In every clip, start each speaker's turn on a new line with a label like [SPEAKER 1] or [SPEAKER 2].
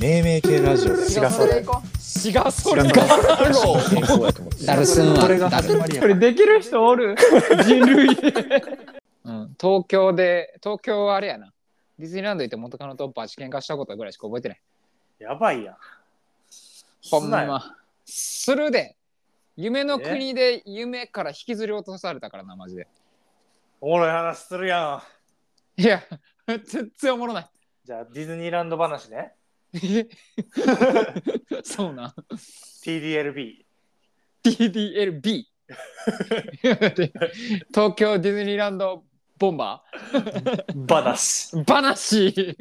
[SPEAKER 1] 命名系ラジオだよ
[SPEAKER 2] 違うそれ行こ
[SPEAKER 3] 違うそれ
[SPEAKER 1] 違う
[SPEAKER 3] か
[SPEAKER 1] 健康やと思って
[SPEAKER 4] ダルスンは
[SPEAKER 2] これが
[SPEAKER 4] ダル
[SPEAKER 3] これできる人おる人類うん、東京で東京はあれやなディズニーランド行って元カノとバチ喧嘩したことぐらいしか覚えてないう
[SPEAKER 2] やばいやん
[SPEAKER 3] ほん
[SPEAKER 2] すなよ
[SPEAKER 3] ま。するで。夢の国で夢から引きずり落とされたからな、マジで。
[SPEAKER 2] おもろい話するや
[SPEAKER 3] いや、全然おもろない。
[SPEAKER 2] んじゃあディズニーランド話ね
[SPEAKER 3] え そうなん。
[SPEAKER 2] TDLB
[SPEAKER 3] TDLB。東京ディズニーランドボンバ
[SPEAKER 2] 話
[SPEAKER 3] ー。話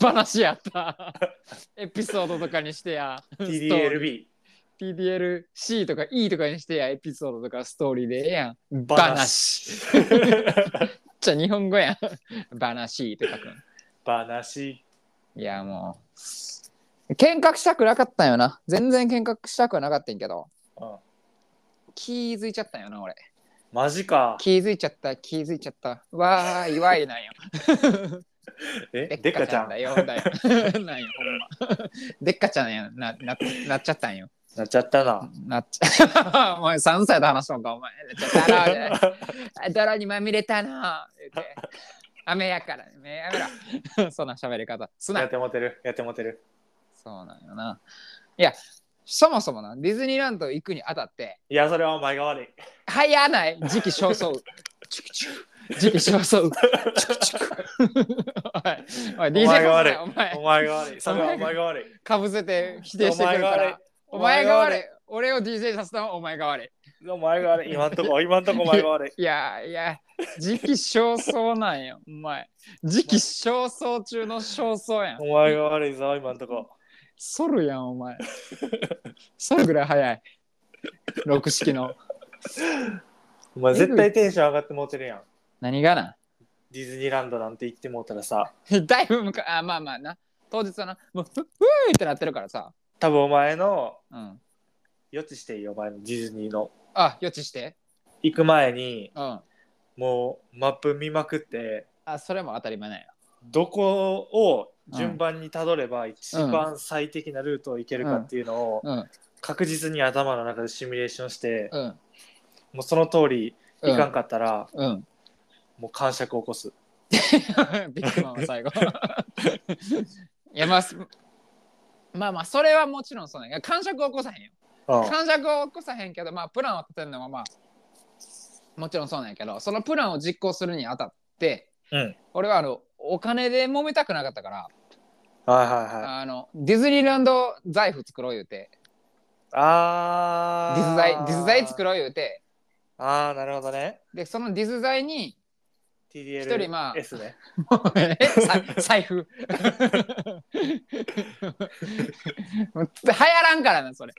[SPEAKER 3] 話やった。エピソードとかにしてや。
[SPEAKER 2] TDLB
[SPEAKER 3] TDLC とか E とかにしてや。エピソードとかストーリーでええやん。
[SPEAKER 2] 話
[SPEAKER 3] じゃあ日本語やん。話って書くん。
[SPEAKER 2] 話
[SPEAKER 3] いやもう喧嘩したくなかったんよな全然喧嘩したくはなかったんやけど
[SPEAKER 2] うん
[SPEAKER 3] 気づいちゃったんよな俺
[SPEAKER 2] マジか
[SPEAKER 3] 気づいちゃった気づいちゃったわーいわいなんよ
[SPEAKER 2] え
[SPEAKER 3] で
[SPEAKER 2] で
[SPEAKER 3] っ
[SPEAKER 2] っ
[SPEAKER 3] か
[SPEAKER 2] か
[SPEAKER 3] ち
[SPEAKER 2] ち
[SPEAKER 3] ゃ
[SPEAKER 2] ゃ
[SPEAKER 3] ん
[SPEAKER 2] ん
[SPEAKER 3] だよだよ なんよほんまでっかちゃんやなななっちゃったんよ
[SPEAKER 2] なっちゃったな
[SPEAKER 3] なっちゃ お前3歳の話なんかお前なっちゃったろ 泥にまみれたな言うて雨やからねやめろ そんな喋り方すな
[SPEAKER 2] やってもてるやってもてる
[SPEAKER 3] そうなんよな。いや、そもそもな、ディズニーランド行くにあたって、
[SPEAKER 2] いやそれはお前が悪い
[SPEAKER 3] はやない時期尚早。 チュクチュク。時期尚早。チュクチュク。 おい、おい、
[SPEAKER 2] お
[SPEAKER 3] DJ
[SPEAKER 2] 前が
[SPEAKER 3] かぶ
[SPEAKER 2] 悪
[SPEAKER 3] せ
[SPEAKER 2] い
[SPEAKER 3] なお前
[SPEAKER 2] お、前が悪いそれはお前が悪い
[SPEAKER 3] かぶせて否定してくるから。お
[SPEAKER 2] お
[SPEAKER 3] 前
[SPEAKER 2] 前
[SPEAKER 3] が
[SPEAKER 2] が
[SPEAKER 3] 悪
[SPEAKER 2] 悪
[SPEAKER 3] い
[SPEAKER 2] い。
[SPEAKER 3] 俺を DJ させたのはお前が悪
[SPEAKER 2] お前が悪い今んとこ今んとこお前が悪い
[SPEAKER 3] い。いやいや、時期尚早なんよ、お前。時期尚早中の尚早やん。
[SPEAKER 2] お前が悪いぞ今んとこ
[SPEAKER 3] ソルやん、お前。ソルぐらい早い。六式の。
[SPEAKER 2] お前絶対テンション上がってもうてるやん
[SPEAKER 3] 何がな
[SPEAKER 2] ディズニーランドなんて行ってもうたらさ
[SPEAKER 3] だいぶむかあまあまあな当日はなもうふふーってなってるからさ、
[SPEAKER 2] 多分お前の
[SPEAKER 3] うん、
[SPEAKER 2] 予知していいよお前のディズニーの
[SPEAKER 3] あ予知して
[SPEAKER 2] 行く前に
[SPEAKER 3] うん
[SPEAKER 2] もうマップ見まくって
[SPEAKER 3] あそれも当たり前なんや
[SPEAKER 2] どこを順番にたどれば一番最適なルートを行けるかっていうのを
[SPEAKER 3] うん
[SPEAKER 2] 確実に頭の中でシミュレーションして
[SPEAKER 3] うん
[SPEAKER 2] もうその通り
[SPEAKER 3] うん
[SPEAKER 2] 行かんかったら
[SPEAKER 3] うん
[SPEAKER 2] もう感触起こす
[SPEAKER 3] ビッグマンは最後 いやまあすまあまあそれはもちろんそうなんや感触を起こさへんよ
[SPEAKER 2] うん
[SPEAKER 3] 感触を起こさへんけどまあプランを立てるのはまあもちろんそうなんやけどそのプランを実行するにあたって
[SPEAKER 2] うん
[SPEAKER 3] 俺はあのお金で揉めたくなかったから、
[SPEAKER 2] はいはいはい
[SPEAKER 3] あのディズニーランド財布作ろう言うてデ
[SPEAKER 2] あ
[SPEAKER 3] ィズ材ディズ材作
[SPEAKER 2] ろう
[SPEAKER 3] ろう言うて
[SPEAKER 2] ああなるほどね
[SPEAKER 3] でそのディズ 材に
[SPEAKER 2] TDL
[SPEAKER 3] 一人まあ
[SPEAKER 2] S ね
[SPEAKER 3] えさ財布 もう流行らんから なそれ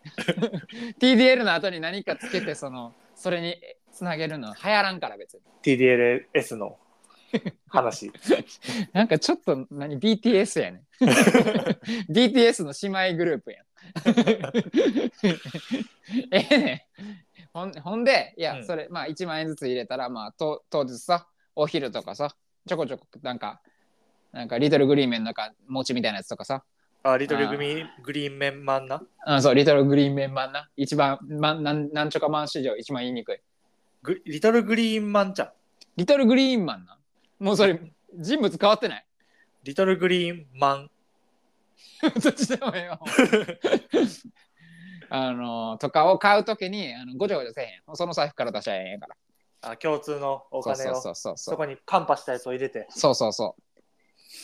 [SPEAKER 3] TDL の後に何かつけてそのそれにつなげるのは流行らんから別に
[SPEAKER 2] TDLS の話
[SPEAKER 3] なんかちょっと何 BTS やね ん BTS の姉妹グループやんええねんほんほんでいや、
[SPEAKER 2] うん
[SPEAKER 3] それまあ1万円ずつ入れたらまあと当日さお昼とかさちょこちょこなんかなんかリトルグリーンメンの中餅みたいなやつとかさ
[SPEAKER 2] あリトルグミ グリーンメンマンな
[SPEAKER 3] あそうリトルグリーンメンマンな一番まんなんなんちょかマン史上一番言いにくい
[SPEAKER 2] グリトルグリーンマンちゃん
[SPEAKER 3] リトルグリーンマンなもうそれ人物変わってない
[SPEAKER 2] リトルグリーンマン
[SPEAKER 3] どっちでもええわあのとかを買うときにあのごちゃごちゃせえへんその財布から出しゃええから
[SPEAKER 2] あ共通のお金を
[SPEAKER 3] そうそうそうそう
[SPEAKER 2] そこにカンパしたやつを入れて
[SPEAKER 3] そうそうそ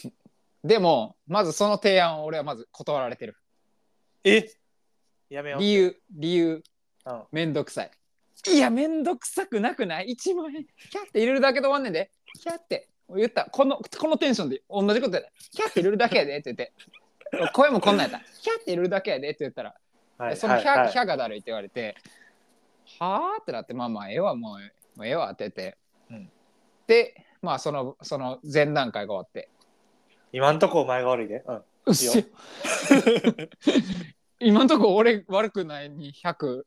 [SPEAKER 3] うでもまずその提案を俺はまず断られてる
[SPEAKER 2] えやめよう
[SPEAKER 3] 理由理由
[SPEAKER 2] うん
[SPEAKER 3] めんどくさいいやめんどくさくなくない1万円キャって入れるだけで終わんねんでキャって言ったこのこのテンションで同じことやでキャって入れるだけやでって言って声もこんなんやったキャって入れるだけやでって言ったら
[SPEAKER 2] はい
[SPEAKER 3] その
[SPEAKER 2] はい
[SPEAKER 3] 100、
[SPEAKER 2] はい
[SPEAKER 3] 100がだるいって言われて、はあってなって、まあまあ、ええわ、もう、もうええわって言って、
[SPEAKER 2] うん
[SPEAKER 3] で、まあ、その、その前段階が終わって、
[SPEAKER 2] 今んとこお前が悪いで、うん、
[SPEAKER 3] うっせ 今んとこ俺悪くないに100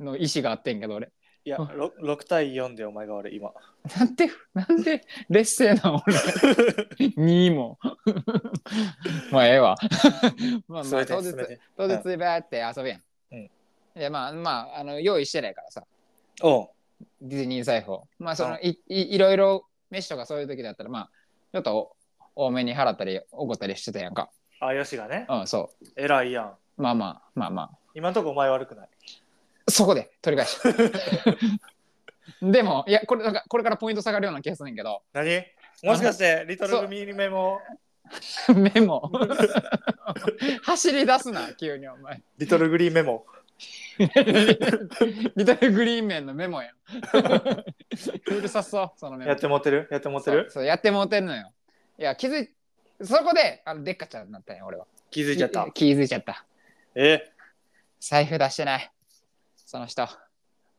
[SPEAKER 3] の意思があってんけど、俺。
[SPEAKER 2] いや、ろ6対4でお前が悪い、今。
[SPEAKER 3] なんて、なんで劣勢な俺。2も。 まあええわ。まあま
[SPEAKER 2] そ
[SPEAKER 3] あ
[SPEAKER 2] れで
[SPEAKER 3] 当日
[SPEAKER 2] そ、れで。
[SPEAKER 3] 当日バーって遊ぶやん。
[SPEAKER 2] うん
[SPEAKER 3] いやまあまあ、あの用意してないからさ、
[SPEAKER 2] おう
[SPEAKER 3] ディズニー財布を。まあその
[SPEAKER 2] う
[SPEAKER 3] いいいろいろ飯とかそういう時だったら、まあちょっとお多めに払ったり怒ったりしてたやんか。
[SPEAKER 2] あ、よしがね。
[SPEAKER 3] うん、そ
[SPEAKER 2] 偉いやん。
[SPEAKER 3] う。まあまあまあま
[SPEAKER 2] 今んとこお前悪くない。
[SPEAKER 3] あ。そこで取 り返した。でも、いや、これなんかこれからポイント下がるような気がするんやけど、
[SPEAKER 2] 何もしかして、リトルミニメも、
[SPEAKER 3] メモ。 走り出すな、急にお 前。
[SPEAKER 2] リトルグリーンメモ。
[SPEAKER 3] リトルグリーンメンのメモやん。うるさそう、そのメモ。
[SPEAKER 2] やってもってるやってもってる
[SPEAKER 3] そうそうやってもうてるのよ。いや、気づい、そこで、あの、でっかちゃんになったんよ、俺は。
[SPEAKER 2] 気
[SPEAKER 3] 気
[SPEAKER 2] づいちゃった。
[SPEAKER 3] 気づいちゃった。
[SPEAKER 2] え
[SPEAKER 3] 財布出してない。その人。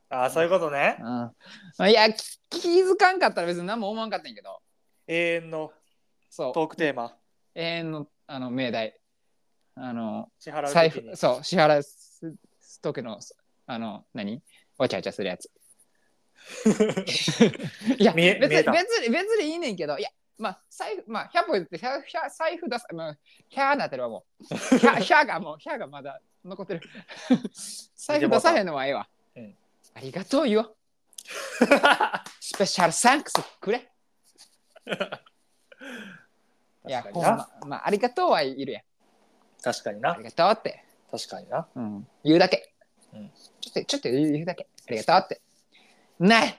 [SPEAKER 2] あ、そういうことね
[SPEAKER 3] うん。。まあいや、き気づかんかったら別に何も思わんかったんやけど。
[SPEAKER 2] 永遠の
[SPEAKER 3] そう。
[SPEAKER 2] トークテーマ。
[SPEAKER 3] 永遠の、あの、命題。あの、
[SPEAKER 2] 支払
[SPEAKER 3] 財
[SPEAKER 2] う時
[SPEAKER 3] 布、
[SPEAKER 2] に。
[SPEAKER 3] そう、支払う時の、あの、何わちゃわちゃする やつ。いや、
[SPEAKER 2] 見え
[SPEAKER 3] 別
[SPEAKER 2] 見え
[SPEAKER 3] に、別
[SPEAKER 2] た
[SPEAKER 3] に、別にいいねんけど、いや、まあ、財布、まあ、100歩言って、100 100財布出す、まあ、100なってるわ、もう。100 100がもう、100がまだ残ってる。財布出さへんのはええわ。
[SPEAKER 2] うん
[SPEAKER 3] ありがと うよ。スペシャルサンクスくれ。いや、
[SPEAKER 2] 確
[SPEAKER 3] ほ
[SPEAKER 2] かに
[SPEAKER 3] ん
[SPEAKER 2] な。
[SPEAKER 3] ま、まあ、ありがとうはいるやん。
[SPEAKER 2] 確かに
[SPEAKER 3] あ
[SPEAKER 2] な
[SPEAKER 3] り。がとうって。
[SPEAKER 2] 確かにな。
[SPEAKER 3] うん、言うだけ、
[SPEAKER 2] うん
[SPEAKER 3] ちょっとちょっと言うだけありがとうってないっ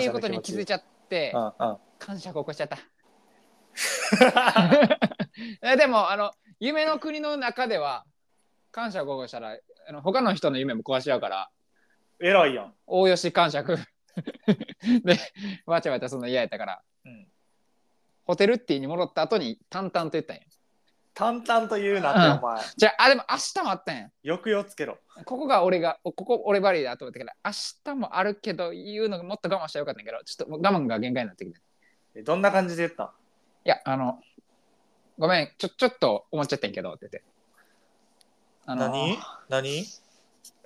[SPEAKER 3] ていうことに気づい
[SPEAKER 2] ち
[SPEAKER 3] ちゃって
[SPEAKER 2] ゃうんうん。
[SPEAKER 3] 感謝が起こしちゃったえ でもあの夢の国の中では感謝を起こしたらあの他の人の夢も壊しちゃうから
[SPEAKER 2] 偉いやん。
[SPEAKER 3] 大吉感触 でわちゃわちゃその嫌やったから
[SPEAKER 2] うん
[SPEAKER 3] ホテルティーに戻った後に淡々と言ったんや
[SPEAKER 2] 淡々と言うなって、お前。
[SPEAKER 3] じゃああでも明日もあったんや
[SPEAKER 2] 抑揚つけろ。
[SPEAKER 3] ここが俺が、おここ俺バリだと思ったから、明日もあるけど、言うのがもっと我慢したらよかったんやけど、ちょっともう我慢が限界になってきて。い
[SPEAKER 2] えどんな感じで言ったん
[SPEAKER 3] や、あの、ごめん、ちょ、ちょっと思っちゃったんやけど、って言って。あの
[SPEAKER 2] 何何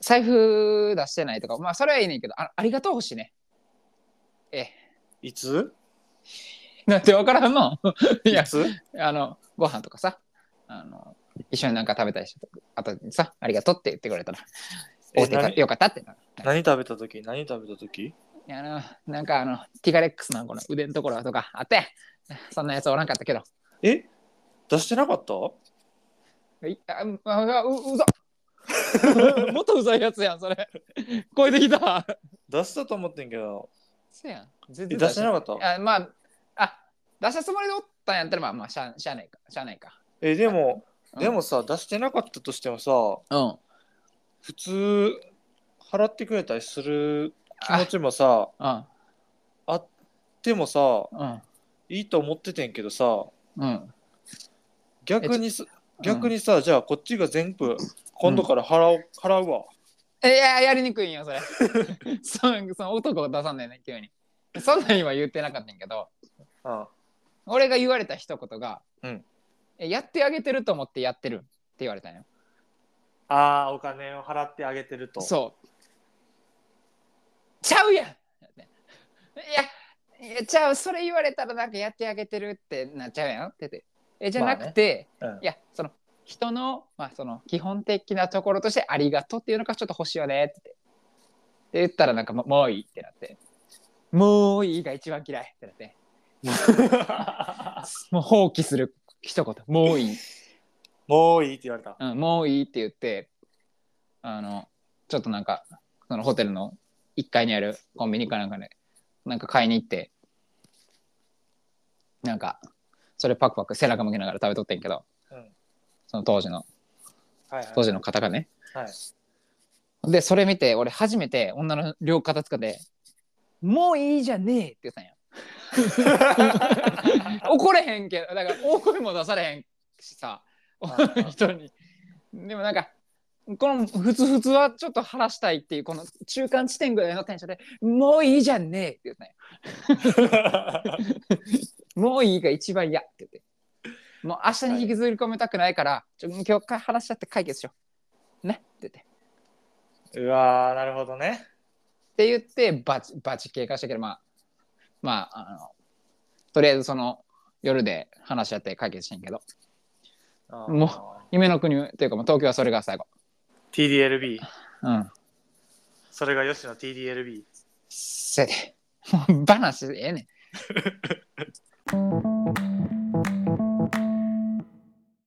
[SPEAKER 3] 財布出してないとか、まあ、それはいいねんけど、あありがとう欲しいね。ええ。
[SPEAKER 2] いつ
[SPEAKER 3] なんてわからんのい
[SPEAKER 2] い
[SPEAKER 3] や、
[SPEAKER 2] つ
[SPEAKER 3] あの、ご飯とかさ、あの、一緒になんか食べたりした後にさ、ありがとうって言ってくれたら、
[SPEAKER 2] え
[SPEAKER 3] おうてか
[SPEAKER 2] 何
[SPEAKER 3] よかったってなる。
[SPEAKER 2] 何食べた時何食べた時
[SPEAKER 3] いやあのなんかあの、ティガレックスのこの腕のところとかあって、そんなやつおらんかったけど。
[SPEAKER 2] え出してなかった
[SPEAKER 3] いあうあううざもっとうざいやつやん、それ。超えてきた。
[SPEAKER 2] 出したと思ってんけど。
[SPEAKER 3] そうやん。全
[SPEAKER 2] え出してな
[SPEAKER 3] か
[SPEAKER 2] かった
[SPEAKER 3] た。あまあ、あ、出したつもりでおったんやったら、まあまあ、しゃしゃあないか。しゃあないか。
[SPEAKER 2] えでも、
[SPEAKER 3] うん
[SPEAKER 2] でもさ出してなかったとしてもさ
[SPEAKER 3] うん。
[SPEAKER 2] 普通払ってくれたりする気持ちもさ
[SPEAKER 3] うん。
[SPEAKER 2] あってもさ
[SPEAKER 3] うん。
[SPEAKER 2] いいと思っててんけどさ
[SPEAKER 3] うん。
[SPEAKER 2] 逆にす逆にさ、じゃあこっちが全部今度から払おう、払うわ
[SPEAKER 3] えいや、やりにくいんよ、それ。 そのその男を出さんねんね、急に。そんなん今言ってなかったんやけど、
[SPEAKER 2] うん
[SPEAKER 3] 俺が言われた一言が、
[SPEAKER 2] うん
[SPEAKER 3] えやってあげてると思ってやってるって言われたんよ。
[SPEAKER 2] ああお金を払ってあげてると
[SPEAKER 3] そう。ちゃうやんいや、いや、ちゃう、それ言われたらなんかやってあげてるってなっちゃうやんって言って。え、じゃなくて、
[SPEAKER 2] まあねうん
[SPEAKER 3] いや、その、人の、まあ、その、基本的なところとして、ありがとうっていうのがちょっと欲しいよねって言って。って言ったら、なんかも、もういいってなって。もういいが一番嫌いってなって。もう放棄する一言、もういい。
[SPEAKER 2] もういいって言われた
[SPEAKER 3] うん、もういいって言ってあのちょっとなんかそのホテルの1階にあるコンビニかなんかで、なんか買いに行ってなんかそれパクパク背中向けながら食べとってんけど、
[SPEAKER 2] うん
[SPEAKER 3] その当時の
[SPEAKER 2] はいはい
[SPEAKER 3] 当時の方がね、
[SPEAKER 2] はい
[SPEAKER 3] でそれ見て俺初めて女の両肩つかで「もういいじゃねえ」って言ったんや怒れへんけどだから大声も出されへんしさ
[SPEAKER 2] はいはい
[SPEAKER 3] 人に。でもなんかこのふつふつはちょっと晴らしたいっていうこの中間地点ぐらいのテンションで「もういいじゃんねえ」って言ったんよもういいが一番嫌って言って。もう明日に引きずり込めたくないから、ちょ今日一回話し合って解決しよう。ねって言っ て。
[SPEAKER 2] うわーなるほどね
[SPEAKER 3] って言ってバチバチ経過したけどまあまああのとりあえずその夜で話し合って解決してんけど
[SPEAKER 2] あー
[SPEAKER 3] もう夢の国というかもう東京はそれが最後
[SPEAKER 2] TDLB
[SPEAKER 3] うん
[SPEAKER 2] それが吉野 TDLB
[SPEAKER 3] せでもう話ええね